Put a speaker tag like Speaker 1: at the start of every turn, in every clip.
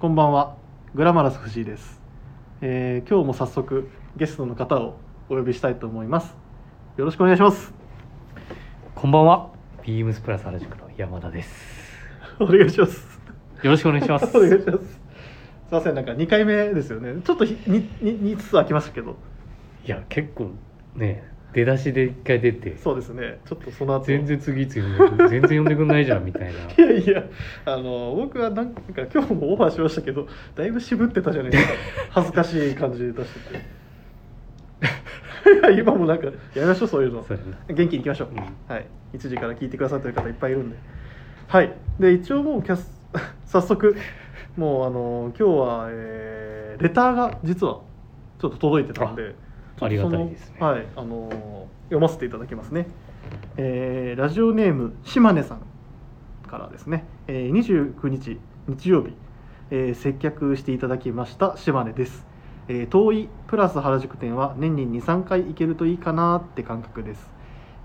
Speaker 1: こんばんは、グラマラス藤井です。えー今日も早速ゲストの方をお呼びしたいと思います。よろしくお願いします。
Speaker 2: こんばんは。ビームスプラス原宿の山田です。
Speaker 1: お願いします。。
Speaker 2: よろしくお願いしま す
Speaker 1: お願いします。すみません、なんか2回目ですよね。ちょっとひにににつつ空きましたけど、
Speaker 2: いや、結構ね、出だしで一回出て、
Speaker 1: そうですね。ちょっとその後
Speaker 2: 全然次々呼んで全然呼んでくんないじゃんみたいな。
Speaker 1: いやいや、あの僕はなんか今日もオファーしましたけど、だいぶ渋ってたじゃないですか。 恥ずかしい感じ出して て。いや今もなんかやめましょうそういうの
Speaker 2: そうやな
Speaker 1: 元気にいきましょう、
Speaker 2: う
Speaker 1: はい1時から聞いてくださってる方いっぱいいるんではいで一応もうキャス 早速もうあの今日は、えーレターが実はちょっと届いてたんで
Speaker 2: あありがたいですね
Speaker 1: そのはいあのー読ませていただきますね、えーラジオネーム島根さんからですね、えー29日日曜日、えー接客していただきました島根です、えー遠いプラス原宿店は年に23回行けるといいかなって感覚です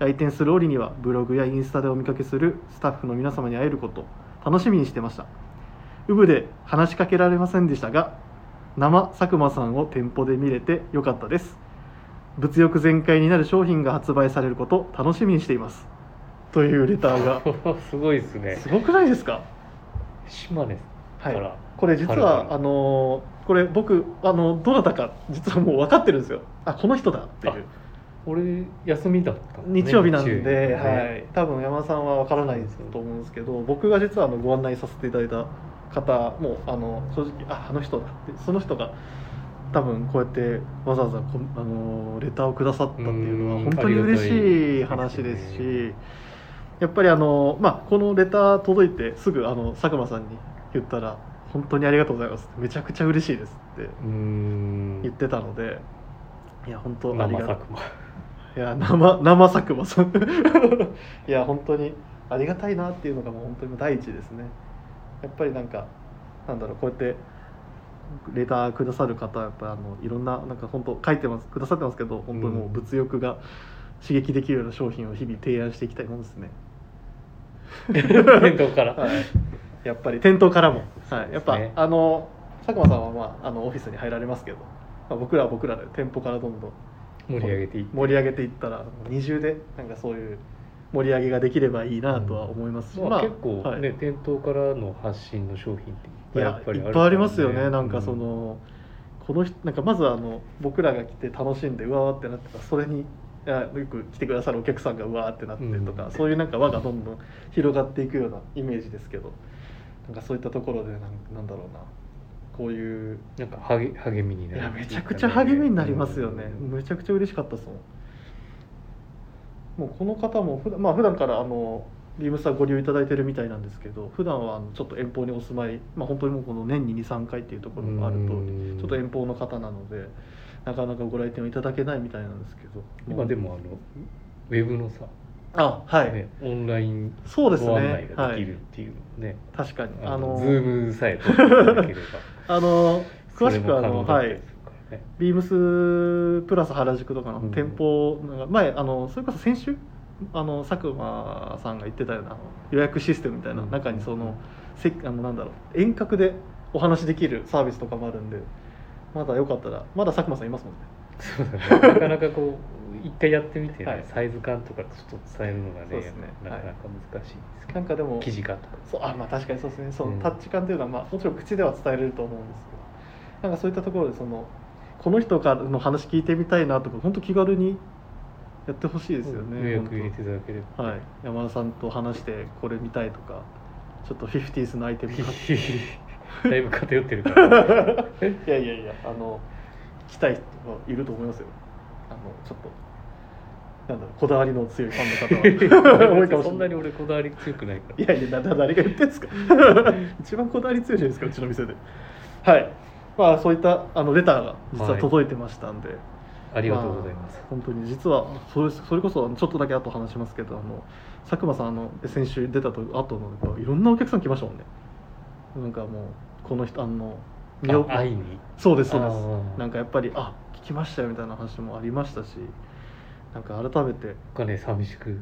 Speaker 1: 来店する折にはブログやインスタでお見かけするスタッフの皆様に会えること楽しみにしてましたウブで話しかけられませんでしたが生佐久間さんを店舗で見れてよかったです物欲全開になる商品が発売されること楽しみにしていますというレターが
Speaker 2: すごいですね。
Speaker 1: すごくないですか
Speaker 2: 島根
Speaker 1: は
Speaker 2: から
Speaker 1: い、これ実
Speaker 2: はる
Speaker 1: は
Speaker 2: か
Speaker 1: あのーこれ僕あのどなたか実はもう分かってるんですよあこの人だっていう
Speaker 2: 俺休みだった、ね。
Speaker 1: 日曜日なんで、
Speaker 2: 日曜日
Speaker 1: はい、多分山田さんは分からないと思うんですけど僕が実はあのご案内させていただいた方もあの正直ああの人だってその人が多分こうやってわざわざこんあのレターをくださったっていうのは
Speaker 2: うん
Speaker 1: 本当に
Speaker 2: ありが
Speaker 1: 嬉
Speaker 2: たい
Speaker 1: しい話ですし
Speaker 2: ですね
Speaker 1: やっぱりあの、まあ、このレター届いてすぐあの佐久間さんに言ったら「本当にありがとうございます」めちゃくちゃ嬉しいですって
Speaker 2: うーん。
Speaker 1: 言ってたのでいや本当あり
Speaker 2: 生
Speaker 1: がとう
Speaker 2: 佐 久間。
Speaker 1: いや生生佐久間さん いや本当にありがたいなっていうのがもう本当に第一ですねやっぱりなんかなんだろうこうやってレターくださる方はやっぱあのいろんななんか本当書いてますくださってますけど本当にもう物欲が刺激できるような商品を日々提案していきたいもんですね、
Speaker 2: 店頭から。
Speaker 1: はい、やっぱり店頭からも、はい、やっぱ、
Speaker 2: そうですね
Speaker 1: あの佐久間さんは、まあ、あのオフィスに入られますけど、まあ、僕らは僕らで店舗からどんどん
Speaker 2: 盛り上げていい。
Speaker 1: 盛り上げていったら二重でなんかそういう盛り上げができればいいなとは思いますし、
Speaker 2: まあ、結構ね、
Speaker 1: はい、
Speaker 2: 店頭からの発信の商品っていっ
Speaker 1: い
Speaker 2: ぱいや
Speaker 1: や
Speaker 2: っぱ
Speaker 1: い
Speaker 2: りある、
Speaker 1: っぱいありますよね、なんかそのこの人なんかまずあの僕らが来て楽しんでうわーってなってたらそれにいやよく来てくださるお客さんがうわーってなってとか、
Speaker 2: うん
Speaker 1: そういうなんか輪がどんどん広がっていくようなイメージですけどなんかそういったところでなんなんだろうなこういう
Speaker 2: なんか励励みに
Speaker 1: い
Speaker 2: なる
Speaker 1: やめちゃくちゃ励みになりますよね、
Speaker 2: うん
Speaker 1: めちゃくちゃ嬉しかったですもんもうこの方も普段まあ普段からあのビームスはご利用いただいてるみたいなんですけど普段はあのちょっと遠方にお住まい、まあ、本当にもうこの年に23回っていうところもあると
Speaker 2: うん
Speaker 1: ちょっと遠方の方なのでなかなかご来店をいただけないみたいなんですけど
Speaker 2: 今でもあのウェブのさ、
Speaker 1: あはい、
Speaker 2: ね、オンライン
Speaker 1: そうですね
Speaker 2: ご案内ができるっていうのもね、
Speaker 1: 確かに
Speaker 2: あ
Speaker 1: あ
Speaker 2: の
Speaker 1: の
Speaker 2: ズームさえ取っていただければ
Speaker 1: あの 詳しくあ
Speaker 2: それも
Speaker 1: の
Speaker 2: 可能だっ
Speaker 1: は
Speaker 2: た
Speaker 1: い
Speaker 2: りするからね
Speaker 1: ビームスプラス原宿とかの
Speaker 2: うん
Speaker 1: 店舗なんか前あのそれこそ先週あの佐久間さんが言ってたようなあの予約システムみたいな
Speaker 2: うん
Speaker 1: 中にそのせあのなんだろう遠隔でお話しできるサービスとかもあるんでまだよかったらまだ佐久間さんいますもんね
Speaker 2: そう だねなかなかこう一回やってみてね、
Speaker 1: はい
Speaker 2: サイズ感とかちょっと伝えるのが
Speaker 1: そう
Speaker 2: ね
Speaker 1: ですね
Speaker 2: なかなか難しいですけど、
Speaker 1: なんかでも
Speaker 2: 生地感とか
Speaker 1: そうあまあ確かにそうですねその
Speaker 2: うん
Speaker 1: タッチ感というのは、まあ、もちろん口では伝えれると思うんですけどなんかそういったところでそのこの人からの話聞いてみたいなとか本当気軽にやってほしいですよね
Speaker 2: 予
Speaker 1: 本当
Speaker 2: 約入れていただ ければ
Speaker 1: はい、山田さんと話してこれ見たいとかちょっとフィフティースのアイテム買っ
Speaker 2: だいぶ偏ってるから、
Speaker 1: ていやいやいやあの来たい人いると思いますよあのちょっとなんだろうこだわりの強いフ ァンの方は多いかもし
Speaker 2: そ
Speaker 1: れな
Speaker 2: んないに俺こだわり強くないから
Speaker 1: いやいやだだ誰が言ってん ですか一番こだわり強いじゃないですかうちの店ではいまあそういったあのレターが実は届いてましたんで、
Speaker 2: ありがとうございます
Speaker 1: あ。本当に実はそれそれこそあのちょっとだけ後話しますけどあの佐久間さんあの先週出たと後のやっぱいろんなお客さん来ましたもんねなんかもうこの人あの見よ
Speaker 2: あ会いに。
Speaker 1: そうですそうで
Speaker 2: あー
Speaker 1: すなんかやっぱりあ聞きましたよみたいな話もありましたしなんか改めて
Speaker 2: がね寂しく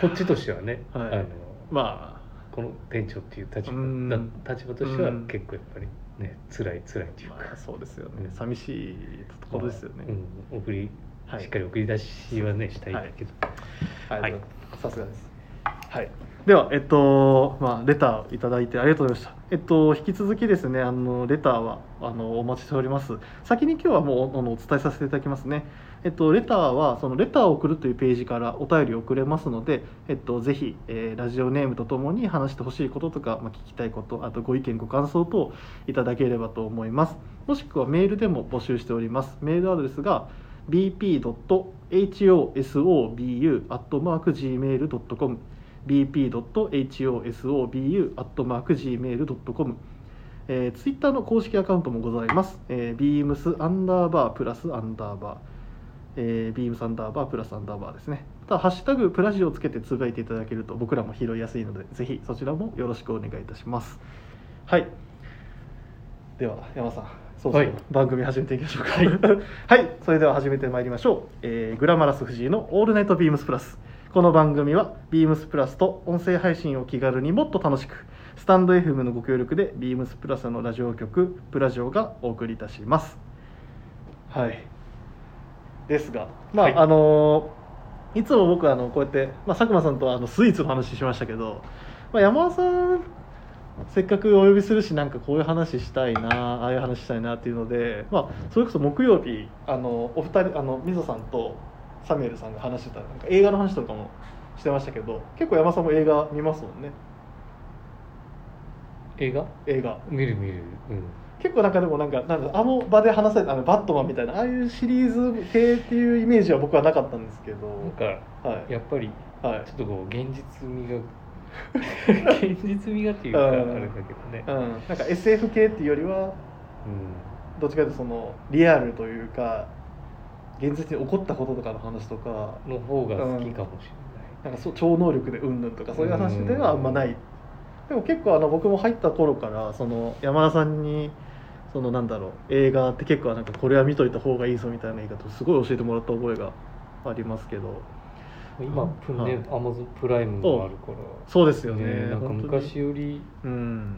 Speaker 2: こっちとしてはね、
Speaker 1: はい
Speaker 2: あの
Speaker 1: ま
Speaker 2: この店長っていう立場
Speaker 1: うん
Speaker 2: だ立場としては
Speaker 1: うん
Speaker 2: 結構やっぱりね辛い辛いというか
Speaker 1: まあ、そうですよ
Speaker 2: う
Speaker 1: ね
Speaker 2: ん
Speaker 1: 寂しいところですよね、
Speaker 2: うん、送り
Speaker 1: はい
Speaker 2: しっかり送り出しはねしたいんだけど、
Speaker 1: はい、
Speaker 2: はい
Speaker 1: さすがです。はい。では、えっと、まあ、レターをいただいてありがとうございました。えっと、引き続きですね、あの、レターは、あの、お待ちしております。先に今日はもう、あの、お伝えさせていただきますね。えっと、レターは、その、レターを送るというページからお便りを送れますので、えっと、ぜひ、えーラジオネームとともに話してほしいこととか、まあ、聞きたいこと、あと、ご意見、ご感想等、いただければと思います。もしくは、メールでも募集しております。メールアドレスが、bp.hosobu.gmail.com bp.hosobu.gmail.com えー、ツイッターの公式アカウントもございます。えー、beams アンダーバープラスアンダーバー、えー、beams アンダーバープラスアンダーバーですね。また、ハッシュタグプラジをつけてつぶやいていただけると僕らも拾いやすいので、ぜひそちらもよろしくお願いいたします。はい。では、山さん、そうそう、
Speaker 2: はい
Speaker 1: 番組始めていきま しょうか。はい、それでは始めてまいりましょう。えーグラマラス藤井のオールナイトビームスプラス。この番組はビームスプラスと音声配信を気軽にもっと楽しく。スタンド FM のご協力でビームスプラスのラジオ局プラジオがお送りいたします。はい。ですが、まあ、
Speaker 2: はい
Speaker 1: あのーいつも僕はあのこうやって、まあ、佐久間さんとあのスイーツの話しましたけど、まあ、山田さんせっかくお呼びするしなんかこういう話したいなああいう話したいなっていうので、まあ、それこそ木曜日あのお二人あのみぞさんとサミュエルさんが話してたなんか映画の話とかもしてましたけど結構山田さんも映画見ますもんね
Speaker 2: 映画
Speaker 1: 映画
Speaker 2: 見る見る、うん、
Speaker 1: 結構なんかでもなんかなんだあの場で話されたあのバットマンみたいなああいうシリーズ系っていうイメージは僕はなかったんですけど
Speaker 2: なんか
Speaker 1: はい
Speaker 2: やっぱり
Speaker 1: はい
Speaker 2: ちょっとこう現実味 が現実味がっていうかあ
Speaker 1: うん
Speaker 2: れだけどね
Speaker 1: う、ん、なんか SF 系っていうよりは
Speaker 2: うん
Speaker 1: どっちかというとそのリアルというか現実に起こったこととかの話とか
Speaker 2: の方が好きかもし
Speaker 1: なんかそう超能力でうんぬんとかそういう話ではあんまない、でも結構あの僕も入った頃からその山田さんにそのなんだろう映画って結構なんかこれは見といた方がいいぞみたいな映画とすごい教えてもらった覚えがありますけど
Speaker 2: れない、今プ
Speaker 1: は
Speaker 2: ね
Speaker 1: い
Speaker 2: アマゾンプライムがあるから
Speaker 1: そうですよね
Speaker 2: ねなん
Speaker 1: 本
Speaker 2: か
Speaker 1: 当に
Speaker 2: 昔より
Speaker 1: うん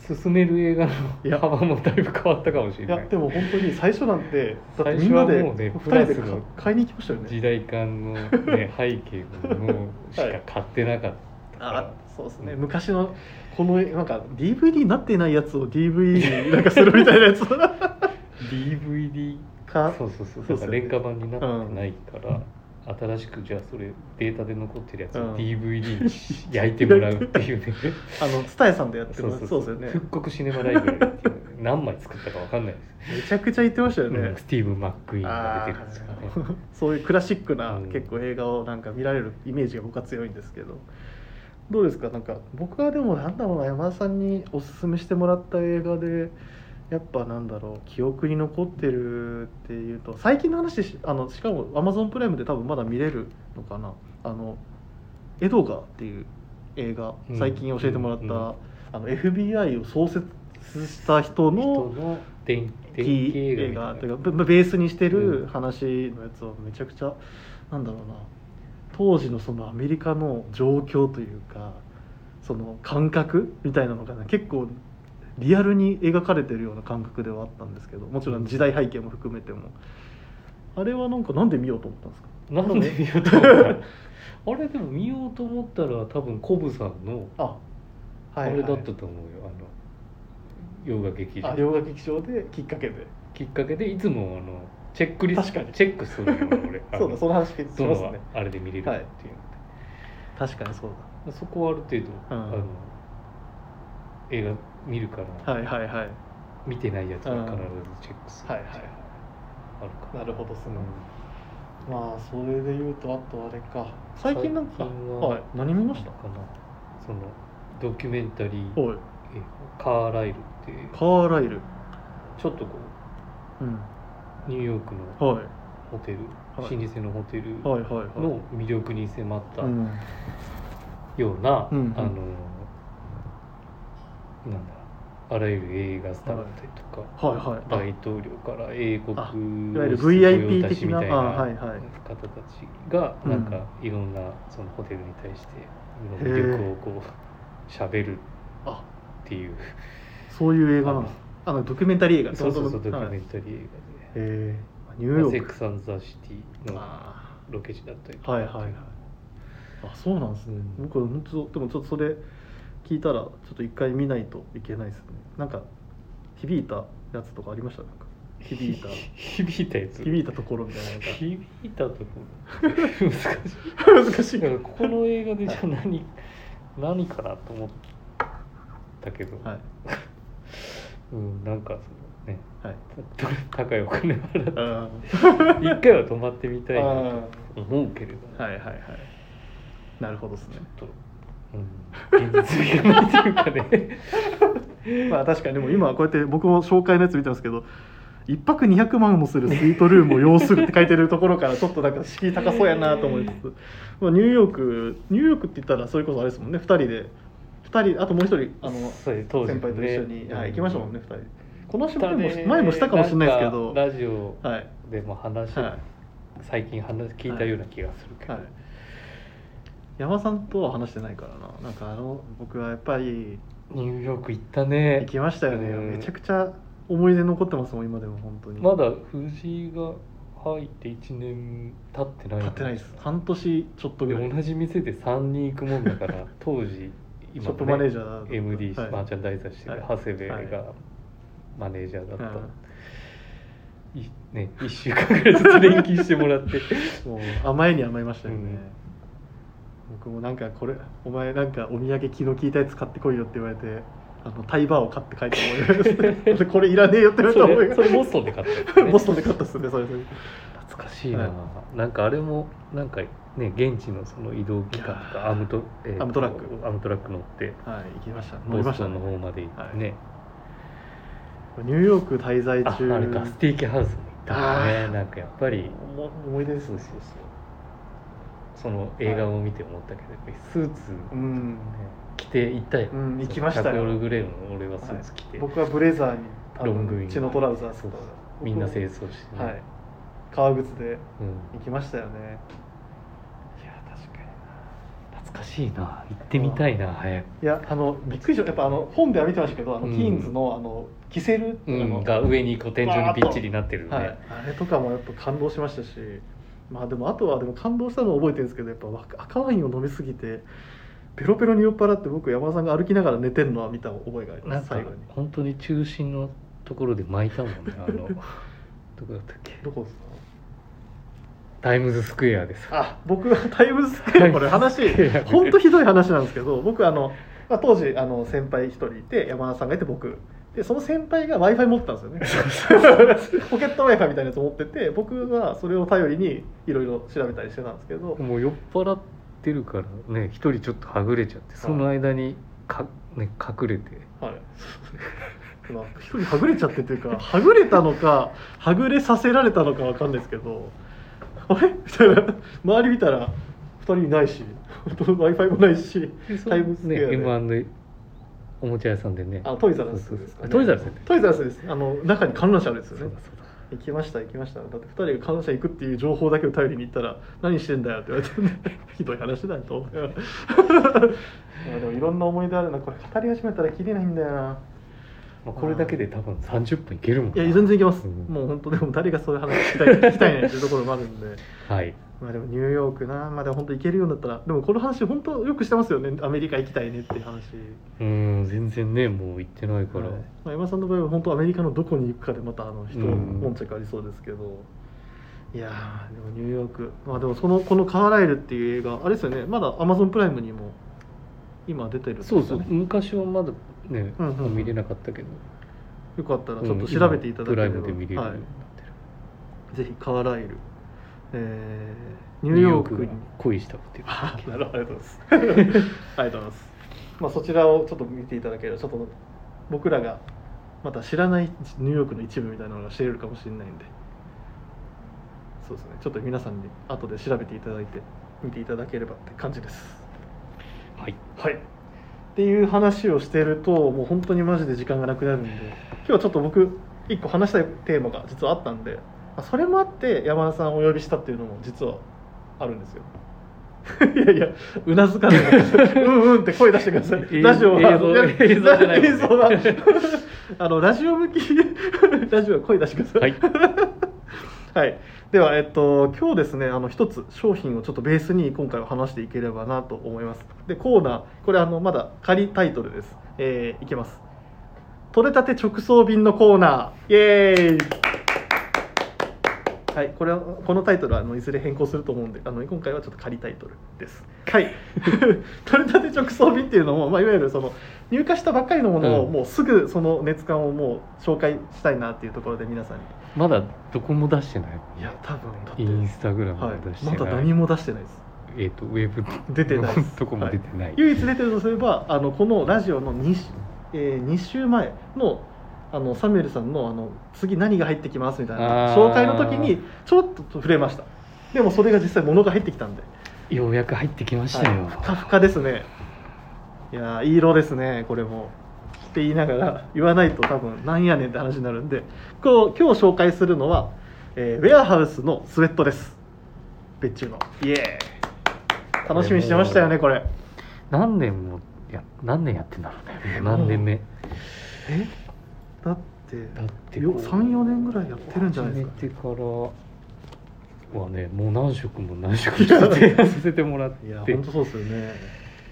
Speaker 2: 進める映画
Speaker 1: い
Speaker 2: の
Speaker 1: や
Speaker 2: 幅もだいぶ変わったかもしれ
Speaker 1: い
Speaker 2: な
Speaker 1: や
Speaker 2: い
Speaker 1: でも本当に最初なんてだってみんな
Speaker 2: 最初
Speaker 1: で
Speaker 2: はもうね
Speaker 1: 2人で
Speaker 2: プラスの
Speaker 1: 買いに行きましたよね
Speaker 2: 時代感の、 ね、背景のものしか買ってなかったから、
Speaker 1: あそうですね昔のこのなんか DVD になってないやつを DVD になんかするみたいな やつ
Speaker 2: DVD
Speaker 1: か
Speaker 2: そうそうそ
Speaker 1: そ
Speaker 2: う
Speaker 1: う
Speaker 2: だ
Speaker 1: っすよ
Speaker 2: から
Speaker 1: ね
Speaker 2: 廉価版になってないから、新しくじゃあそれデータで残ってるや
Speaker 1: う
Speaker 2: つ
Speaker 1: ん
Speaker 2: を DVD に焼いてもらうっていうね
Speaker 1: あの蔦屋さんでやってる そうですよね
Speaker 2: 復刻シネマライブラリーっていうの何枚作ったかわかんないです
Speaker 1: めちゃくちゃ言ってましたよ
Speaker 2: け
Speaker 1: ね、
Speaker 2: ど、うんスティーブ・マックイーンが
Speaker 1: あ
Speaker 2: 出
Speaker 1: ー
Speaker 2: てるんですかね
Speaker 1: そういうクラシックな、
Speaker 2: うん
Speaker 1: 結構映画をなんか見られるイメージが僕は強いんですけどどうですかなんか僕はでもなんだろうな山田さんにおすすめしてもらった映画でやっぱなんだろう記憶に残ってるっていうと最近の話でしあのしかも Amazon プライムで多分まだ見れるのかなあのエドガーっていう映画
Speaker 2: うん
Speaker 1: 最近教えてもらった、
Speaker 2: うん
Speaker 1: あの FBI を創設した人の
Speaker 2: 人の電電
Speaker 1: いい
Speaker 2: 気映
Speaker 1: 映画
Speaker 2: 画
Speaker 1: と
Speaker 2: みたい
Speaker 1: い
Speaker 2: な
Speaker 1: うかベベースにして
Speaker 2: うん
Speaker 1: る話のやつをめちゃくちゃなんだろうな当時のそのアメリカの状況というかその感覚みたいなのがね結構リアルに描かれてるような感覚ではあったんですけどもちろん時代背景も含めてもあれはなんかなんで見ようと思ったんですか
Speaker 2: なんで見ようと思ったらあれでも見ようと思ったら多分コブさんの
Speaker 1: あ
Speaker 2: あ
Speaker 1: はい
Speaker 2: れだ
Speaker 1: は
Speaker 2: っ
Speaker 1: い
Speaker 2: たと思うよ、あの洋画劇場
Speaker 1: あ両劇場できっかけで
Speaker 2: きっかけでいつもあのチェックリス
Speaker 1: 確か
Speaker 2: ト
Speaker 1: に
Speaker 2: チェックするのよ 俺あの
Speaker 1: そうだその話聞いて
Speaker 2: ど
Speaker 1: ますね
Speaker 2: のあれで見れるかっていうので、
Speaker 1: 確かにそう
Speaker 2: そこはある程度、あの映画見るから、
Speaker 1: だはいはいはいはい
Speaker 2: 見てないやつは
Speaker 1: うん
Speaker 2: 必ずチェックする
Speaker 1: はい
Speaker 2: あるから
Speaker 1: なるほどっす
Speaker 2: う
Speaker 1: ね
Speaker 2: ん
Speaker 1: まあそれで言うとあとあれか最近なんか
Speaker 2: 最近は
Speaker 1: はい、何見ま
Speaker 2: な
Speaker 1: し
Speaker 2: ん
Speaker 1: た
Speaker 2: かなそのドキュメンタリー
Speaker 1: おい
Speaker 2: 映画カーライルっていう
Speaker 1: カーライル
Speaker 2: ちょっとこ
Speaker 1: うん
Speaker 2: うニューヨークの
Speaker 1: はい
Speaker 2: ホテル、
Speaker 1: はい
Speaker 2: 老舗のホテル
Speaker 1: はいはいはい
Speaker 2: の魅力に迫った、
Speaker 1: うん
Speaker 2: ような、
Speaker 1: うんうん
Speaker 2: あのなんだあらゆる映画スターだったりとか、
Speaker 1: はいはいあ
Speaker 2: 大統領から英国
Speaker 1: あ
Speaker 2: い
Speaker 1: いわゆる VIP 的な
Speaker 2: みたい
Speaker 1: あ
Speaker 2: な
Speaker 1: はいはい
Speaker 2: 方たちが
Speaker 1: うん
Speaker 2: なんかいろんなそのホテルに対していろんな魅力をこう喋るっ
Speaker 1: あ
Speaker 2: ていう
Speaker 1: そういう映画なんですあのドキュメンタリー映画
Speaker 2: そうそうそうドキ
Speaker 1: は
Speaker 2: ュ
Speaker 1: い
Speaker 2: メ
Speaker 1: へ
Speaker 2: ンタリー映
Speaker 1: えニュ
Speaker 2: 画
Speaker 1: ーヨ
Speaker 2: で、まあセ
Speaker 1: ー
Speaker 2: ッ
Speaker 1: ク
Speaker 2: クス・アンド・ザ・シティの
Speaker 1: あ
Speaker 2: ロケ地だったりと
Speaker 1: ー
Speaker 2: か
Speaker 1: はいはいはいあそうなんですね
Speaker 2: うん
Speaker 1: 僕は本当でもちょっとそれ聞いたらちょっと一回見ないといけないですねなんか響いたやつとかありましたなんか響 いた
Speaker 2: 響いたやつ
Speaker 1: 響いたところみたいななんか
Speaker 2: 響いたところ 難しい
Speaker 1: 難しい
Speaker 2: だからここの映画でじゃあ何、何かなと思ったけど、
Speaker 1: はい
Speaker 2: うんなんかそのね
Speaker 1: はい
Speaker 2: た高いお金払 って
Speaker 1: あ
Speaker 2: 一回は泊まってみたい
Speaker 1: ー
Speaker 2: な
Speaker 1: あ
Speaker 2: と思うけれど、
Speaker 1: ーはいはいはいなるほどですね
Speaker 2: ちょっと、うん、現実味がないというかね
Speaker 1: まあ確かにでも今こうやって僕も紹介のやつ見てますけど一泊200万もするスイートルームを要するって書いてるところからちょっとなんか敷居高そうやなと思いつつ、まあ、ニューヨークニューヨークって言ったらそれこそあれですもんね2人で2人あともう一人 あの
Speaker 2: そうです当時
Speaker 1: 先
Speaker 2: ね
Speaker 1: 輩と一緒に、はい、行きましたもんね2人この話
Speaker 2: 下
Speaker 1: 前
Speaker 2: で
Speaker 1: も前もしたかもしれないですけど
Speaker 2: んかラジオ
Speaker 1: はい
Speaker 2: でも話、
Speaker 1: は
Speaker 2: 最近話聞いたような気がするけ
Speaker 1: い、
Speaker 2: ど、
Speaker 1: はい、山さんとは話してないからななんかあの僕はやっぱり
Speaker 2: ニューヨーク行ったね
Speaker 1: 行きましたよね
Speaker 2: うん
Speaker 1: めちゃくちゃ思い出残ってますもん今でも本当に
Speaker 2: まだ藤井が入って1年経ってない
Speaker 1: 経ってないです半年ちょっとぐらい
Speaker 2: で同じ店で3人行くもんだから 当時
Speaker 1: ショップマネージャーだった
Speaker 2: MD、
Speaker 1: はい
Speaker 2: マーチャンダイザーしてる、
Speaker 1: はい
Speaker 2: 長谷部
Speaker 1: はい
Speaker 2: がマネージャーだった、
Speaker 1: はい
Speaker 2: ね、1週間ぐらいずっと連勤してもらって
Speaker 1: もう甘えに甘えましたよね、
Speaker 2: うん
Speaker 1: 僕もなんかこれお前なんかお土産昨日聞いたやつ買ってこいよって言われてあのタイバーを買って帰った思い 出ですこれいらねえよって言われた
Speaker 2: そ
Speaker 1: 思い出
Speaker 2: れそれボストンで買ったやつ
Speaker 1: ボストンで買ったっすねそれそれ
Speaker 2: 懐かしいな、なんかあれもなんかね現地のその移動機関と
Speaker 1: いや
Speaker 2: か
Speaker 1: ー
Speaker 2: アムト、えーと
Speaker 1: アムトラック
Speaker 2: アムトラック乗って
Speaker 1: はい行きました乗
Speaker 2: ボ
Speaker 1: りま
Speaker 2: ス
Speaker 1: し
Speaker 2: ト
Speaker 1: た
Speaker 2: ン
Speaker 1: ね
Speaker 2: の方まで行ってね
Speaker 1: ニューヨーク滞在
Speaker 2: あ
Speaker 1: 中
Speaker 2: あれかステーキハウスも行ったね
Speaker 1: あー
Speaker 2: なんかやっぱり
Speaker 1: 思思い出です
Speaker 2: そうそうそうその映画を見て思ったけどやっぱりスーツ、
Speaker 1: うん
Speaker 2: 着て行ったよ、
Speaker 1: うん行きましたよ
Speaker 2: よヨルグレーの俺はスーツ着て、
Speaker 1: 僕はブレザーにあの
Speaker 2: ロングイン
Speaker 1: チノトラウザース
Speaker 2: そ
Speaker 1: と
Speaker 2: うそうみんな清
Speaker 1: 僕
Speaker 2: 掃して、
Speaker 1: もはい革靴で
Speaker 2: うん、
Speaker 1: 行きましたよね
Speaker 2: いや確かに懐かしいな行ってみたいな早く
Speaker 1: いやあのびっくりしたやっぱあの本では見てましたけどあの、
Speaker 2: うん
Speaker 1: キーンズのあのキセル、
Speaker 2: う
Speaker 1: あの
Speaker 2: ん、が上にこう天井にびっちりなってるね、
Speaker 1: はい、あれとかもやっぱ感動しましたしまあでもあとはでも感動したのは覚えてるんですけどやっぱわ赤ワインを飲みすぎてペロペロに酔っ払って僕山田さんが歩きながら寝てるのは見た覚えがあり
Speaker 2: な
Speaker 1: ま
Speaker 2: ん
Speaker 1: す
Speaker 2: か
Speaker 1: 最後に
Speaker 2: 本当に中心のところで巻いたもんねあ のどこだったっけ
Speaker 1: どこです
Speaker 2: タイムズスクエアです
Speaker 1: かあ僕はタイムズスクエアこれ話本当ひどい話なんですけど僕あの、まあ、当時あの先輩一人いて山田さんがいて僕でその先輩が w i f i 持ってたんですよね ポケット w i f i みたいなやつ持ってて僕はそれを頼りにいろいろ調べたりしてたんですけど
Speaker 2: もう酔っ払ってるからね一人ちょっとはぐれちゃってその間にか、ね、隠れて
Speaker 1: はい。まあ、一人はぐれちゃってというか、はぐれたのか、はぐれさせられたのかわかんないですけど。あれみたいな、周り見たら、二人いないし、Wi-Fi もないし。
Speaker 2: でそ
Speaker 1: タイムズスクエアで
Speaker 2: ね M&A おもちゃ屋さんでね
Speaker 1: あ、トイザらスですか、ね。
Speaker 2: トイザらスだっ
Speaker 1: トイザラスです。あの、中に観覧車あるんです
Speaker 2: そうだそ
Speaker 1: よ
Speaker 2: う
Speaker 1: ね
Speaker 2: だ。
Speaker 1: 行きました、行きました。だって、二人が観覧車行くっていう情報だけを頼りに行ったら、何してんだよって言われて、 ひどい話だと思いながら。 まあでも、いろんな思い出あるな、これ語り始めたら、きりないんだよな。
Speaker 2: まあ、これだけで多分30分いけるもん
Speaker 1: いや全然いけます、
Speaker 2: うん
Speaker 1: もう本当でも誰がそういう話聞きたい聞きたいねっていうところもあるんで
Speaker 2: はい
Speaker 1: まあでもニューヨークなまあでも本当行けるようになったらでもこの話本当よくしてますよねアメリカ行きたいねっていう話、
Speaker 2: うん全然ねもう行ってないから、
Speaker 1: はいまあ、山さんの場合は本当アメリカのどこに行くかでまたあの人
Speaker 2: うん
Speaker 1: 悶着ありそうですけど、いやーでもニューヨークまあでもそのこの「カーライル」っていう映画あれですよねまだアマゾンプライムにも今出てるんです
Speaker 2: そ
Speaker 1: よ
Speaker 2: う
Speaker 1: ね
Speaker 2: そう昔はまだね、
Speaker 1: うんうんうん
Speaker 2: 見れなかったけど
Speaker 1: よかったらちょっと調べていただければ、
Speaker 2: うん今プライムで見れるよう
Speaker 1: は
Speaker 2: になっ
Speaker 1: い
Speaker 2: てる、
Speaker 1: ぜひカーライル、えーニューヨーク
Speaker 2: ニ
Speaker 1: に
Speaker 2: が恋したっていう
Speaker 1: あなるほどありがとうございますありがとうございます まあそちらをちょっと見ていただければちょっと僕らがまた知らないニューヨークの一部みたいなのが知れるかもしれないんでそうですねちょっと皆さんに後で調べていただいて見ていただければって感じです
Speaker 2: はい
Speaker 1: はいっていう話をしてるともう本当にマジで時間がなくなるんで今日はちょっと僕一個話したいテーマが実はあったんでまあそれもあって山田さんをお呼びしたっていうのも実はあるんですよ いやいやうなずかないで うんうんって声出してくださ
Speaker 2: え
Speaker 1: いラジオは
Speaker 2: 映像映像じゃないもんね
Speaker 1: 映像はあのラジオ向き ラジオは声出してください
Speaker 2: はい
Speaker 1: はい、では、えっと、今日ですね、あの一つ商品をちょっとベースに今回は話していければなと思います。で、コーナー、これあのまだ仮タイトルです。えーいきます。取れたて直送便のコーナー、イエーイ。はい、これはこのタイトルはあのいずれ変更すると思うんであの今回はちょっと仮タイトルです。はい、 取れたて直送便っていうのも、まあ、いわゆるその入荷したばっかりのものを、
Speaker 2: うん
Speaker 1: もうすぐその熱感をもう紹介したいなっていうところで皆さんに
Speaker 2: まだどこも出してない
Speaker 1: いや多分だって
Speaker 2: インスタグラム
Speaker 1: は
Speaker 2: も出し
Speaker 1: い、
Speaker 2: て
Speaker 1: ま
Speaker 2: ない、
Speaker 1: だ何も出してないです
Speaker 2: えっ、とウェブ
Speaker 1: 出てないです
Speaker 2: どこも出てない、
Speaker 1: 唯一出てるとすればあのこのラジオの 2,、えー、2週前のあのサミュエルさんのあの次何が入ってきますみたいな
Speaker 2: あー
Speaker 1: 紹介の時にちょっと触れましたでもそれが実際物が入ってきたんで、
Speaker 2: ようやく入ってきましたよ、
Speaker 1: はいふかふかですねいやーいい色ですねこれもって言いながら言わないと多分なんやねんって話になるんでこう今日紹介するのは、えーウェアハウスのスウェットです別注のイエーイ楽しみにしてましたよねこれ
Speaker 2: 何年もや何年やってんだろうね
Speaker 1: え
Speaker 2: 何年目
Speaker 1: えだって
Speaker 2: だって
Speaker 1: よ34年ぐらいやってるんじゃないですか
Speaker 2: 始めてからはねもう何色も何色も撮影させてもらっ
Speaker 1: いや
Speaker 2: て
Speaker 1: 本当そうですよね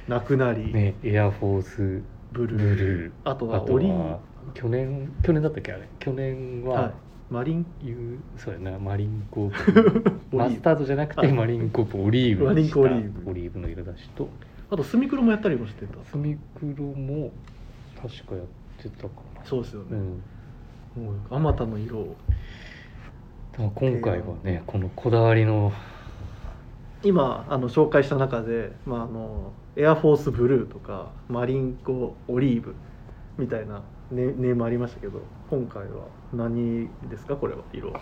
Speaker 1: なくなり、
Speaker 2: ねエアフォース
Speaker 1: ブルー
Speaker 2: ブルー
Speaker 1: あとは
Speaker 2: あと
Speaker 1: オリ
Speaker 2: は去年去年だったっけあれ去年は、
Speaker 1: はい、マリン
Speaker 2: いうそうやなマリンコープ
Speaker 1: オリー
Speaker 2: マスタードじゃなく
Speaker 1: は
Speaker 2: て
Speaker 1: い
Speaker 2: マリンコープオリーブにした
Speaker 1: マリンコオリーブ
Speaker 2: オリーブの色出しと
Speaker 1: あとスミクロもやったりもしてた
Speaker 2: スミクロも確かやってたかな
Speaker 1: そうですよ
Speaker 2: う
Speaker 1: ね、
Speaker 2: ん
Speaker 1: もうあまたの色を
Speaker 2: だから今回はねこのこだわりの
Speaker 1: 今あの紹介した中で、まあ、あのエアフォースブルーとかマリンコオリーブみたいなネネームありましたけど今回は何ですかこれは色は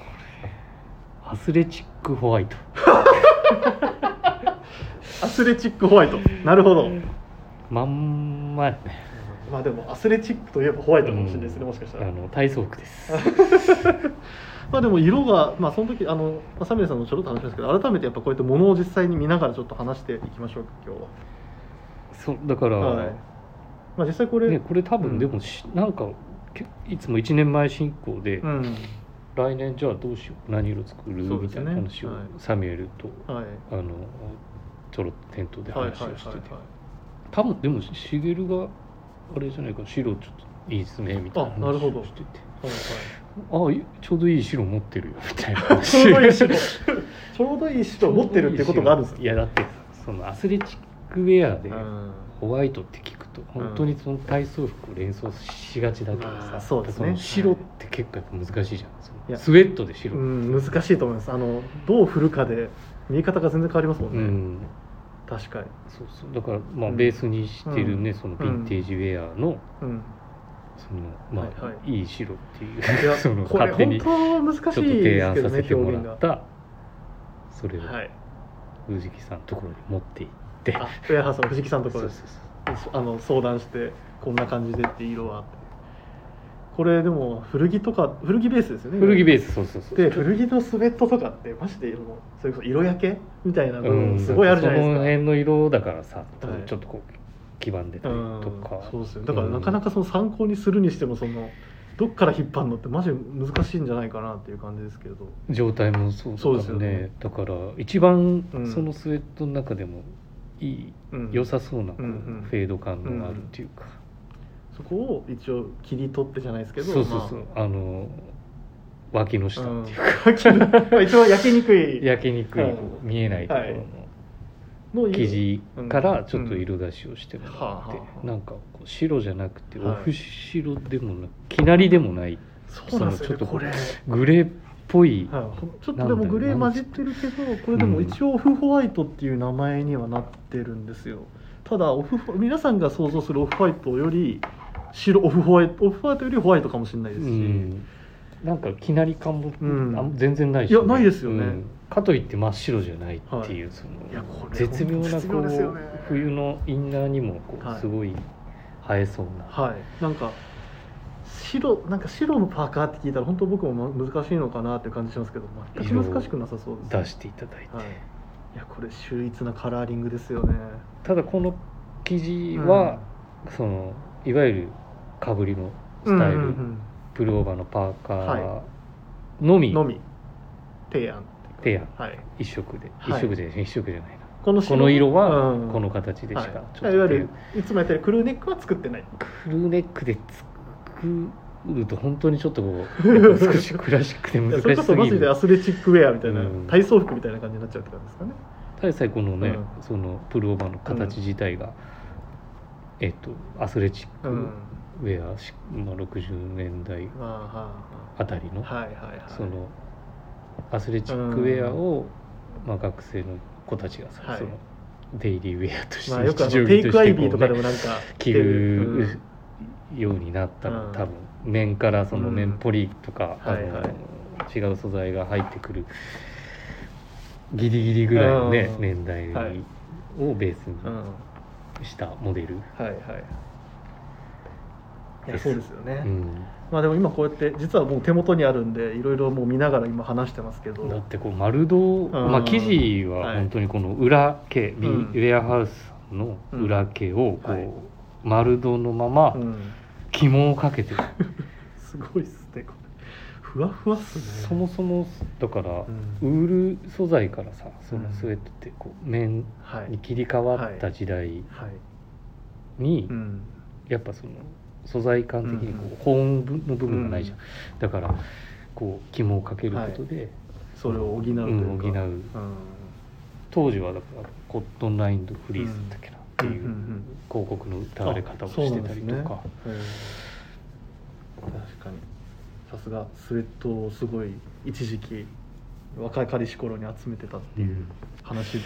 Speaker 2: アスレチックホワイト
Speaker 1: アスレチックホワイトなるほど
Speaker 2: まんまやね
Speaker 1: まあでもアスレチックといえばホワイトかもしれないですね、
Speaker 2: うん
Speaker 1: もしかした
Speaker 2: あ
Speaker 1: ら
Speaker 2: の体操 服です
Speaker 1: まあでも色がまあその時あのまあサミュエルさんのちょろっと話しましたけど改めてやっぱこうやって物を実際に見ながらちょっと話していきましょうか今日は
Speaker 2: そうだから、
Speaker 1: はいまあ実際これ、
Speaker 2: ね、これ多分でもし、なんかけいつも1年前進行で、
Speaker 1: うん
Speaker 2: 来年じゃあどうしよう何色作る、
Speaker 1: そうで
Speaker 2: み
Speaker 1: す
Speaker 2: た
Speaker 1: ね
Speaker 2: いな話を、
Speaker 1: はい
Speaker 2: サミュエルと
Speaker 1: はい
Speaker 2: あのちょろっと店頭で
Speaker 1: はいはい
Speaker 2: 話をしてて、
Speaker 1: はい
Speaker 2: 多分でもしげるがあれじゃないか白ちょっといいですねみたい
Speaker 1: あ
Speaker 2: な
Speaker 1: なる
Speaker 2: 話
Speaker 1: ほど
Speaker 2: をしてて
Speaker 1: はい
Speaker 2: あいちょうどいい白持ってるよみたいな
Speaker 1: はいちょうどいい白 ちょうどいい白持ってるっていうことがあるんです
Speaker 2: いやだってそのアスレチックウェアで、
Speaker 1: うん
Speaker 2: ホワイトって聞くと本当にその体操服を連想しがちだけど
Speaker 1: まあ
Speaker 2: さ、
Speaker 1: そうですね
Speaker 2: の白って結構やっぱ難しいじゃん、その
Speaker 1: いや
Speaker 2: スウェットで白、
Speaker 1: う
Speaker 2: うん
Speaker 1: ん難しいと思いますあのどう振るかで見え方が全然変わりますもんね、確かに
Speaker 2: そうそうだからまあ
Speaker 1: うん
Speaker 2: ベースにしてるね、その
Speaker 1: ん
Speaker 2: ヴィンテージウェアの
Speaker 1: うん
Speaker 2: そのまあ、
Speaker 1: はい
Speaker 2: い、
Speaker 1: はい
Speaker 2: 白っていう
Speaker 1: いや
Speaker 2: その
Speaker 1: これ
Speaker 2: 勝手
Speaker 1: 本
Speaker 2: にちょっ
Speaker 1: 当は難しい
Speaker 2: と
Speaker 1: ですけどね
Speaker 2: 提案させてもらっ
Speaker 1: 表
Speaker 2: たそれを
Speaker 1: 現がはい
Speaker 2: 藤木さんのところに持って行って、
Speaker 1: あウェアハウスの藤木さんのとこ
Speaker 2: そう
Speaker 1: ろ
Speaker 2: そ
Speaker 1: で
Speaker 2: う
Speaker 1: す
Speaker 2: そう
Speaker 1: あの相談してこんな感じでって色はってこれでも古着とか古着ベースですよね
Speaker 2: 古着ベー
Speaker 1: ス
Speaker 2: スそうそうそう
Speaker 1: で古着のスウェットとかってましてもうそれこそ色焼けみたいな部分すごいあるじゃない
Speaker 2: その
Speaker 1: で
Speaker 2: 辺の色だからさ、
Speaker 1: はい
Speaker 2: ちょっとこう黄ばんです
Speaker 1: か
Speaker 2: たり
Speaker 1: うん
Speaker 2: とか、
Speaker 1: そうですよねだからなかなかその参考にするにしてもそのどっから引っ張るのってマジ難しいんじゃないかなっていう感じですけれど
Speaker 2: うん状態もそうだ
Speaker 1: そう
Speaker 2: か
Speaker 1: です
Speaker 2: ら
Speaker 1: よ
Speaker 2: ね
Speaker 1: ね
Speaker 2: だから一番
Speaker 1: うん
Speaker 2: そのスウェットの中でもいい、
Speaker 1: うん
Speaker 2: 良さそうなこう
Speaker 1: うんうん
Speaker 2: フェード感のあるっていうか、
Speaker 1: そこを一応切り取ってじゃないですけど
Speaker 2: そうそうそう、あ、の脇の下
Speaker 1: まあ
Speaker 2: っていうか、
Speaker 1: うん一応焼けにくい
Speaker 2: 焼けにくい、
Speaker 1: はい
Speaker 2: こう見えないところの
Speaker 1: の色
Speaker 2: 生地からちょっと色出しをしてもらっ
Speaker 1: うんはあはあ
Speaker 2: て、なんかこう白じゃなくて
Speaker 1: は
Speaker 2: オ
Speaker 1: い
Speaker 2: フ白でもなく、きなりでもない
Speaker 1: そうなんですよ
Speaker 2: そのちょっと
Speaker 1: ねこれ
Speaker 2: グレーっぽい、
Speaker 1: はい、ちょっとでもグレー混じってるけどこれでも一応オフホワイトっていう名前にはなってるんですよただオフホ皆さんが想像するオフホワイトより白オフホワイトオフホワイトよりホワイトかもしれないですし、
Speaker 2: うんなんかきなり感も、
Speaker 1: うん
Speaker 2: あん全然ないし、
Speaker 1: いやないですよね
Speaker 2: かといって真っ白じゃないっていう、そ
Speaker 1: いや
Speaker 2: の
Speaker 1: これ
Speaker 2: 絶妙な
Speaker 1: 絶
Speaker 2: こ
Speaker 1: 妙
Speaker 2: う、
Speaker 1: ですよね
Speaker 2: 冬のインナーにもこう、
Speaker 1: はい
Speaker 2: すごい映えそうな、
Speaker 1: はいなんか白なんか白のパーカーって聞いたら本当僕もま難しいのかなっていう感じしますけど全く難しくなさそうです、
Speaker 2: 出していただいて、
Speaker 1: はい、いやこれ秀逸なカラーリングですよね
Speaker 2: ただこの生地は、そのいわゆるかぶりの
Speaker 1: うん
Speaker 2: スタイル、
Speaker 1: うんうん
Speaker 2: プルオーバーのパーカ
Speaker 1: は
Speaker 2: ーのみ
Speaker 1: うんのみ提案っていうかはい
Speaker 2: 一色で、
Speaker 1: はい
Speaker 2: 一色じゃない一色じゃないな
Speaker 1: この
Speaker 2: この色は
Speaker 1: うん
Speaker 2: この形でしか、
Speaker 1: はい
Speaker 2: ちょっと
Speaker 1: いわゆるいつもやってるクルーネックは作ってない
Speaker 2: クルーネックで作ると本当にちょっとこう やっぱ少しクラシックで
Speaker 1: い
Speaker 2: 難
Speaker 1: やそれ
Speaker 2: し
Speaker 1: こ
Speaker 2: す
Speaker 1: そマ
Speaker 2: ぎ
Speaker 1: ジで
Speaker 2: る
Speaker 1: アスレチックウェアみたいな、
Speaker 2: うん
Speaker 1: 体操服みたいな感じになっちゃうって感じですかね
Speaker 2: 大最このね、
Speaker 1: う
Speaker 2: そのプルオーバーの形自体が、えっとアスレチック
Speaker 1: うん
Speaker 2: ウェア、しまあ、60年代
Speaker 1: まあ
Speaker 2: あたりの、
Speaker 1: はあはいはいはい
Speaker 2: そのアスレチックウェアを、まあ、学生の子たちがさ、
Speaker 1: はい
Speaker 2: そのデイリーウェアとして
Speaker 1: まあよくあの
Speaker 2: 日常
Speaker 1: テ
Speaker 2: 着
Speaker 1: イ
Speaker 2: として
Speaker 1: クアイビーとかで
Speaker 2: こ
Speaker 1: もなんか
Speaker 2: うね着るようになったの、
Speaker 1: うん
Speaker 2: 多分面からその
Speaker 1: うん
Speaker 2: 面ポリとか、あの
Speaker 1: はいはい
Speaker 2: 違う素材が入ってくるギリギリぐらいのね、
Speaker 1: うん
Speaker 2: 年代
Speaker 1: はい
Speaker 2: をベース
Speaker 1: うん、うんは
Speaker 2: にしたモデル。
Speaker 1: いはいいやそうですよね、
Speaker 2: うん
Speaker 1: まあでも今こうやって実はもう手元にあるんでいろいろもう見ながら今話してますけど
Speaker 2: だってこう丸胴、
Speaker 1: ん
Speaker 2: まあ、生地
Speaker 1: は
Speaker 2: はい本当にこの裏系、ビ
Speaker 1: うん
Speaker 2: ウェアハウスの裏系をこう、
Speaker 1: はい
Speaker 2: 丸胴のまま
Speaker 1: うん、
Speaker 2: 紐をかけ てる、
Speaker 1: すごいっすねこれふわふわっすね
Speaker 2: そもそもだか
Speaker 1: う
Speaker 2: ら、
Speaker 1: ん
Speaker 2: ウール素材からさそ
Speaker 1: うん
Speaker 2: のスウェットってこう面
Speaker 1: はい
Speaker 2: に切り替わった時代
Speaker 1: はい
Speaker 2: に、
Speaker 1: うん
Speaker 2: やっぱその素材感的にこう保温の部分がないじゃん、だからこう紐をかけることで、
Speaker 1: それを補うというか、
Speaker 2: うん補う
Speaker 1: うん
Speaker 2: 当時はだからコットンラインとフリーズだったっけなっていう
Speaker 1: うんうん
Speaker 2: 広告の歌われ方をしてたりとか、
Speaker 1: うん確かにさすがスウェットをすごい一時期若い彼氏頃に集めてたっていう話の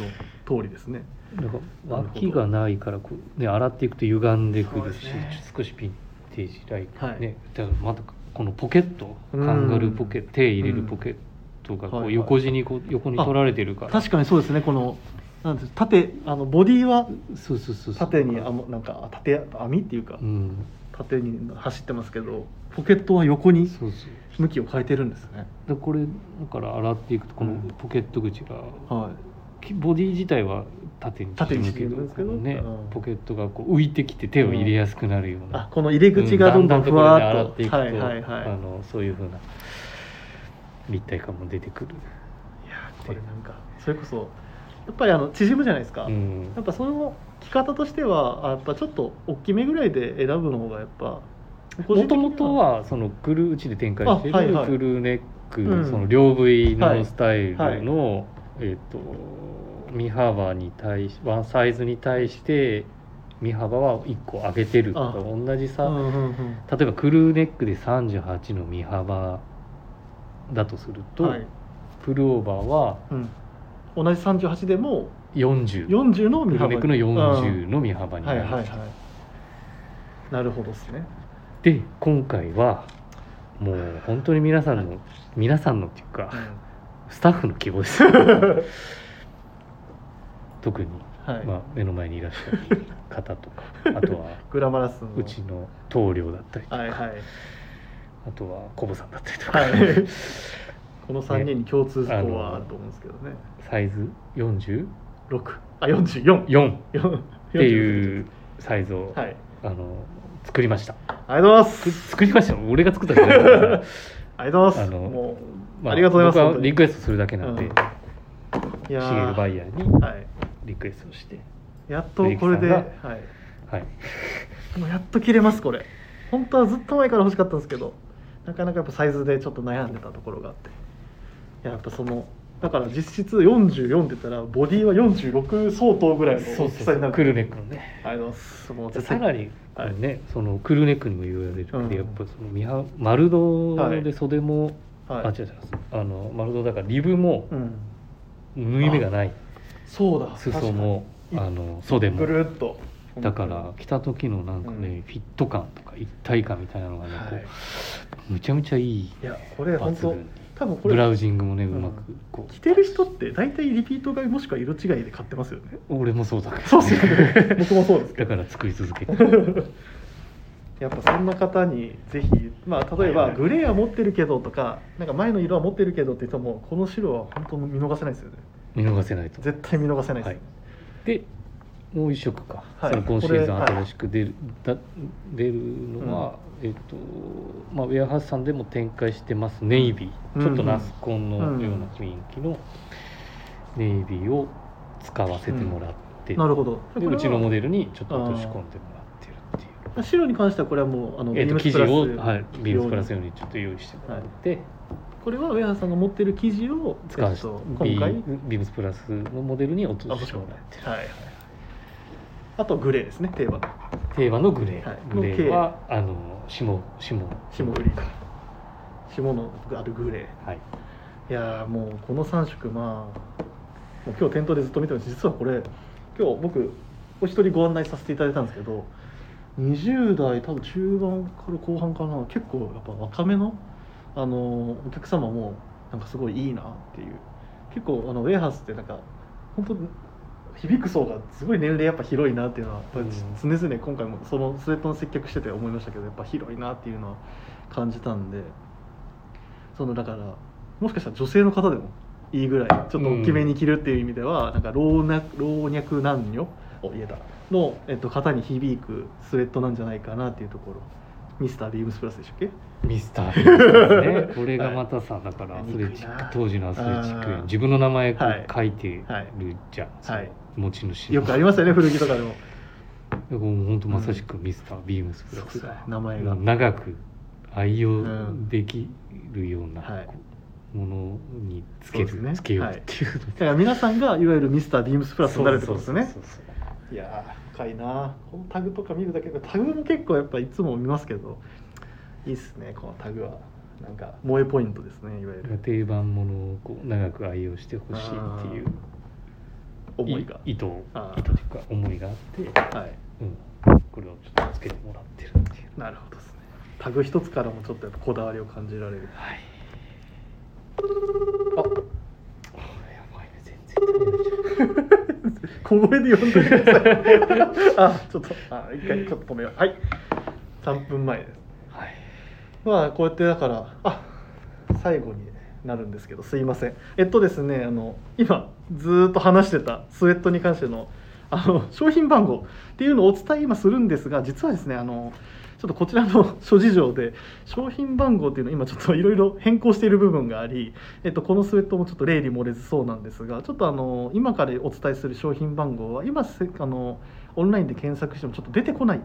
Speaker 1: 通りですね、
Speaker 2: だから脇がないからこう、ね、洗っていくと歪んでく
Speaker 1: そう
Speaker 2: る
Speaker 1: です
Speaker 2: し、
Speaker 1: ね
Speaker 2: 少しヴィンテージライク、
Speaker 1: はい
Speaker 2: ねだからまたこのポケット
Speaker 1: う
Speaker 2: カ
Speaker 1: ん
Speaker 2: ンガルーポケ手入れるポケットが
Speaker 1: はい
Speaker 2: こ
Speaker 1: は
Speaker 2: う
Speaker 1: い
Speaker 2: 横地にこう横に取られてるから
Speaker 1: 確かにそうですねこのなんていう縦あのボディは
Speaker 2: そうそうそうそう
Speaker 1: 縦にあもなんか縦網っていうか
Speaker 2: うん
Speaker 1: 縦に走ってますけどポケットは横に
Speaker 2: そうそう
Speaker 1: 向きを変えてるんですね
Speaker 2: だこれだから洗っていくとこのポケット口が
Speaker 1: はい
Speaker 2: きボディ自体は縦に
Speaker 1: 縦に
Speaker 2: 縮
Speaker 1: 縮むん
Speaker 2: む
Speaker 1: です
Speaker 2: け
Speaker 1: けど
Speaker 2: どね
Speaker 1: うん
Speaker 2: ポケットがこう浮いてきて手を入れやすくなるよう
Speaker 1: あ
Speaker 2: な、
Speaker 1: この入り口がどんどんふわ
Speaker 2: だ
Speaker 1: ー
Speaker 2: んだん
Speaker 1: っ
Speaker 2: と
Speaker 1: と
Speaker 2: これで洗っていくと、
Speaker 1: はいはいはい
Speaker 2: あのそういうふうな立体感も出てくる、
Speaker 1: いやーこれなんかそれこそやっぱりあの縮むじゃないですか、
Speaker 2: うん
Speaker 1: やっぱその着方としてはあやっぱちょっと大きめぐらいで選ぶの方がやっぱ
Speaker 2: もともとはそのクルーうちで展開してい
Speaker 1: あはい
Speaker 2: る
Speaker 1: はい
Speaker 2: クルーネック
Speaker 1: う
Speaker 2: の
Speaker 1: ん
Speaker 2: その両部位
Speaker 1: はい
Speaker 2: のスタイルの、えっ、と身幅に対しワンサイズに対して身幅は1個上げてる
Speaker 1: あ
Speaker 2: と同じ
Speaker 1: う
Speaker 2: さ、
Speaker 1: んうんうん
Speaker 2: 例えばクルーネックで38の身幅だとすると、
Speaker 1: はい
Speaker 2: プルオーバーは
Speaker 1: うん、同じ38でも
Speaker 2: 40ク
Speaker 1: 40の見
Speaker 2: ルーネックの
Speaker 1: うん
Speaker 2: 40の身幅にな
Speaker 1: はい
Speaker 2: る、
Speaker 1: はいはいなるほどですね
Speaker 2: で今回はもう本当に皆さんの皆さんのっていう
Speaker 1: う
Speaker 2: か
Speaker 1: ん
Speaker 2: スタッフの希望です 特に、
Speaker 1: はい、
Speaker 2: まあ、目の前にいらっしゃる方 とかあとは
Speaker 1: グラマラスの
Speaker 2: うちの棟梁だったりとか、
Speaker 1: はいはい
Speaker 2: あとはコブさんだったりとか、
Speaker 1: はい この3人に共通スコアはあると思うんですけどね
Speaker 2: サイズ44
Speaker 1: 6あ44っ
Speaker 2: っていうサイズを、
Speaker 1: はい
Speaker 2: あの作りました
Speaker 1: ありがとうございま
Speaker 2: く
Speaker 1: す
Speaker 2: 作りました俺が作ったんじゃない から、
Speaker 1: ありがとうございま
Speaker 2: あ
Speaker 1: す
Speaker 2: の
Speaker 1: も
Speaker 2: ま
Speaker 1: ありがとうございます
Speaker 2: 僕
Speaker 1: 本
Speaker 2: は
Speaker 1: 当に
Speaker 2: リクエストするだけ
Speaker 1: う
Speaker 2: なんで、
Speaker 1: うんいや
Speaker 2: シゲル
Speaker 1: ー
Speaker 2: バイヤーに
Speaker 1: はい
Speaker 2: リクエストして
Speaker 1: やっとこれで、
Speaker 2: 藤
Speaker 1: はい、
Speaker 2: 木はい
Speaker 1: もうやっと切れますこれ本当はずっと前から欲しかったんですけどなかなかやっぱサイズでちょっと悩んでたところがあっていややっぱそのだから実質44って言ったらボディは46相当ぐらいの大きさになる
Speaker 2: クルーネックのね
Speaker 1: ありがとうございますもう絶
Speaker 2: さ
Speaker 1: 対
Speaker 2: らにこれね、そのクルーネックにも言われるけど、
Speaker 1: うん
Speaker 2: やっぱそのミハ丸胴
Speaker 1: はい
Speaker 2: で袖も、
Speaker 1: はい
Speaker 2: あ違う違うあの丸胴だからリブも
Speaker 1: うん、
Speaker 2: 縫い目がない
Speaker 1: そうだ
Speaker 2: 裾も
Speaker 1: 確かに
Speaker 2: あの袖
Speaker 1: ぐ
Speaker 2: も
Speaker 1: るっと
Speaker 2: だから着た時のなんかね、
Speaker 1: うん
Speaker 2: フィット感とか一体感みたいなのがね、
Speaker 1: はい
Speaker 2: こうむちゃむちゃいい
Speaker 1: いやこれ本当
Speaker 2: 抜群に
Speaker 1: 多分こ
Speaker 2: ブラ
Speaker 1: れ
Speaker 2: ウジングもねう
Speaker 1: うん
Speaker 2: まくこう
Speaker 1: 着てる人って大体リピート買いもしくは色違いで買ってますよね
Speaker 2: 俺もそうだけど
Speaker 1: そうですよね僕もそうですけ
Speaker 2: だ
Speaker 1: ど
Speaker 2: から作り続 けて
Speaker 1: やっぱそんな方にぜひ、まあ、例えば
Speaker 2: はいはい
Speaker 1: グレーは持ってるけどとかなんか前の色は持ってるけどって人もこの白は本当に見逃せないですよね
Speaker 2: 見逃せないと。
Speaker 1: 絶対見逃せないです、
Speaker 2: はいでもう一色か、
Speaker 1: はい
Speaker 2: その今シーズン
Speaker 1: これはい
Speaker 2: 新しく出る,だ、出るのは、えっとまあ、ウェアハウスさんでも展開してますネイビー、
Speaker 1: うん
Speaker 2: ちょっとナスコンの
Speaker 1: うん
Speaker 2: ような雰囲気のネイビーを使わせてもらって、
Speaker 1: なるほど
Speaker 2: でうちのモ
Speaker 1: デ
Speaker 2: デルにちょっと落とし込んでもらってるっていう。
Speaker 1: 白に関してはこれはもうあの、
Speaker 2: えっと
Speaker 1: ビ
Speaker 2: 生
Speaker 1: ームス
Speaker 2: 地
Speaker 1: プラス
Speaker 2: を、はい、ビームスプラス
Speaker 1: 用に
Speaker 2: 用にちょっと用意してもらって、
Speaker 1: これは上原さんが持ってる生地を
Speaker 2: 使わ
Speaker 1: えっ
Speaker 2: せて
Speaker 1: と
Speaker 2: ビ
Speaker 1: 今回
Speaker 2: ービームスプラスのモデルに落と
Speaker 1: 落と
Speaker 2: し
Speaker 1: して込
Speaker 2: も
Speaker 1: んで
Speaker 2: らってる
Speaker 1: はいはいあとグレーですね定番
Speaker 2: 定番のグレー、
Speaker 1: はい
Speaker 2: グレーはあの霜霜
Speaker 1: 霜降り霜のあるグレ
Speaker 2: はい
Speaker 1: ーいやーもうこの3色まあもう今日店頭でずっと見てます実はこれ今日僕お一人ご案内させていただいたんですけど20代多分中盤から後半かな結構やっぱ若めのあのーお客様もなんかすごいいいなっていう結構あのウェアハウスってなんか本当響く層がすごい年齢やっぱ広いなっていうのはやっぱ常々今回もそのスウェットの接客してて思いましたけどやっぱ広いなっていうのは感じたんでそのだからもしかしたら女性の方でもいいぐらいちょっと大きめに着るっていう意味では、なんか老若老若男女を言えたの、えっと、方に響くスウェットなんじゃないかなっていうところミスタービームスプラスでしたっけ
Speaker 2: ミスタービームですね これがまたさだから
Speaker 1: は
Speaker 2: ア
Speaker 1: い
Speaker 2: スレ
Speaker 1: 憎
Speaker 2: チッ
Speaker 1: いな
Speaker 2: ク当時のアスレチック
Speaker 1: あー
Speaker 2: 自分の名前を
Speaker 1: はい
Speaker 2: 書いてるじゃん、
Speaker 1: はい
Speaker 2: その持ち主
Speaker 1: よくありますよね古着とかでも
Speaker 2: でもう本当まさしくミスタービームスプラス
Speaker 1: そう
Speaker 2: が
Speaker 1: 名前が、
Speaker 2: 長く愛用
Speaker 1: うん
Speaker 2: できるような、
Speaker 1: はい
Speaker 2: こうものにつけ
Speaker 1: そうです
Speaker 2: る、
Speaker 1: ね
Speaker 2: つけようっていうので
Speaker 1: だから皆さんがいわゆるミスタービームスプラスになるってことですね
Speaker 2: そうそうそうそう
Speaker 1: いやー深いなこのタグとか見るだけでタグも結構やっぱいつも見ますけどいいっすねこのタグはなんか萌えポイントですねいわゆる
Speaker 2: 定番ものをこう長く愛用してほしいっていう
Speaker 1: 思いが
Speaker 2: 意図を
Speaker 1: あ
Speaker 2: 意図というか思いがあって、
Speaker 1: ーはい
Speaker 2: うん、これをちょっとつけてもらってるっていう
Speaker 1: なるほどですねタグ一つからもちょっとやっぱこだわりを感じられ る
Speaker 2: はいあこれやばいね全然
Speaker 1: 小声で呼んでください あちょっとあ一回ちょっと止めようはい3分前です
Speaker 2: はい
Speaker 1: まあこうやってだからあ最後になるんですけどすいませんえっとですねあの今ずーっと話してたスウェットに関してのあの商品番号っていうのをお伝え今するんですが実はですねあのちょっとこちらの諸事情で商品番号っていうのを今ちょっといろいろ変更している部分があり、えっと、このスウェットもちょっと例に漏れずそうなんですがちょっとあの今からお伝えする商品番号は今せあのオンラインで検索してもちょっと出てこない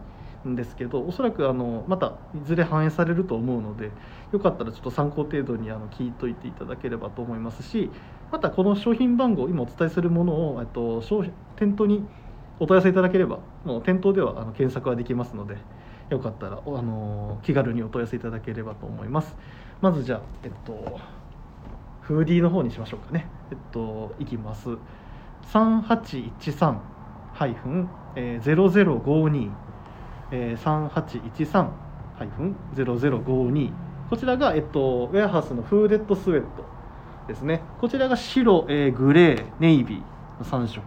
Speaker 1: んですけどおそらくあのまたいずれ反映されると思うのでよかったらちょっと参考程度にあの聞いといていただければと思いますしまたこの商品番号今お伝えするものをえっと商品店頭にお問い合わせいただければもう店頭ではあの検索はできますのでよかったらおあの気軽にお問い合わせいただければと思いますまずじゃあえっとフーディーの方にしましょうかねえっといきます3813ハイフン0052えー、3813-0052こちらが、えっと、ウェアハウスのフーデッドスウェットですねこちらが白、えーグレーネイビーの3色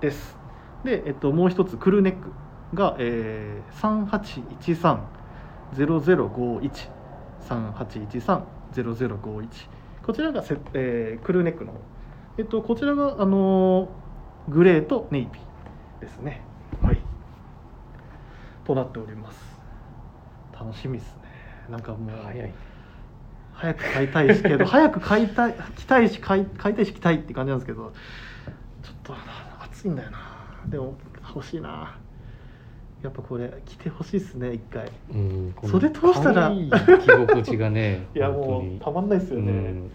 Speaker 1: ですで、えっと、もう一つクルーネックが、えー、3813-0051 3813-0051こちらがセ、えークルーネックの方、えっと、こちらが、あのーグレーとネイビーですねはいとなっております楽しみですねなんかもう
Speaker 2: 早い
Speaker 1: 早く買いたいですけ ど早く買いたい着たいし買い買いたいし着たいって感じなんですけどちょっとな暑いんだよなでも欲しいなやっぱこれ着てほしいですね一回
Speaker 2: うんこの
Speaker 1: 袖通したら
Speaker 2: 可愛い着心地が ね
Speaker 1: いやも
Speaker 2: 本
Speaker 1: う
Speaker 2: 当
Speaker 1: たまんないですよ
Speaker 2: に
Speaker 1: ね、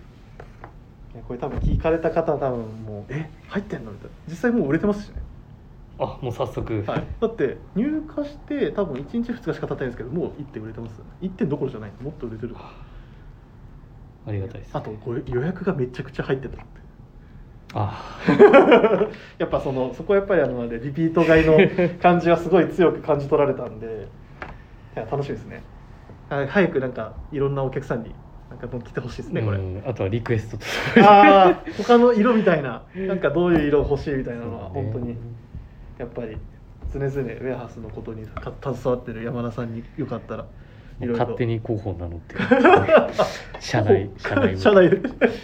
Speaker 1: いやこれ多分聞かれた方は多分もうえ入ってんのみたいな実際もう売れてますしね、
Speaker 2: うんあもう早速、
Speaker 1: はい、だって入荷して多分1日2日しか経ってないんですけどもう1点売れてますよね1点どころじゃないもっと売れてる
Speaker 2: ありがたいです、
Speaker 1: あとこれ予約がめちゃくちゃ入ってたって
Speaker 2: あ
Speaker 1: やっぱそのそこはやっぱりあのあれリピート買い の感じはすごい強く感じ取られたんでいや楽しみですねはい早くなんかいろんなお客さんになんかもう来てほしいですねこれ、
Speaker 2: うんあとはリクエストと
Speaker 1: ああ他の色みたいななんかどういう色欲しいみたいなのは本当にやっぱり常々ウェアハウスのことにか携わってる山田さんによかったらいろいろ
Speaker 2: 勝手に広報名乗って る社内社 内
Speaker 1: 社内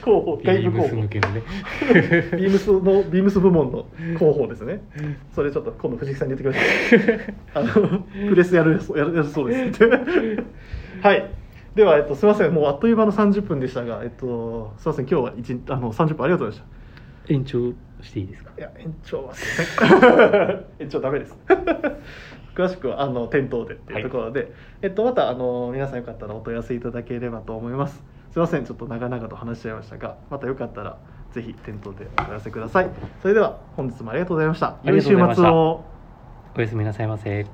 Speaker 1: 候補
Speaker 2: ビ
Speaker 1: 外
Speaker 2: ー
Speaker 1: 部
Speaker 2: ム
Speaker 1: 候
Speaker 2: ス
Speaker 1: 補
Speaker 2: 向けのね
Speaker 1: ビームスのビームス部門の広報ですねそれちょっと今度藤木さんに言ってくださいあのプレスやるやるやるそうです はいでは、えっと、すみませんもうあっという間の30分でしたが、えっと、すみません今日は一日あの30分ありがとうございました
Speaker 2: 延長していいですか
Speaker 1: いや延長はすいません 延長ダメです 詳しくはあの店頭でっていうところで、えっと、またあの皆さんよかったらお問い合わせいただければと思いますすいませんちょっと長々と話しちゃいましたがまたよかったらぜひ店頭でお問い合わせくださいそれでは本日もありがとうございました
Speaker 2: ありがとうございました
Speaker 1: 良い週末を
Speaker 2: おやすみなさいませ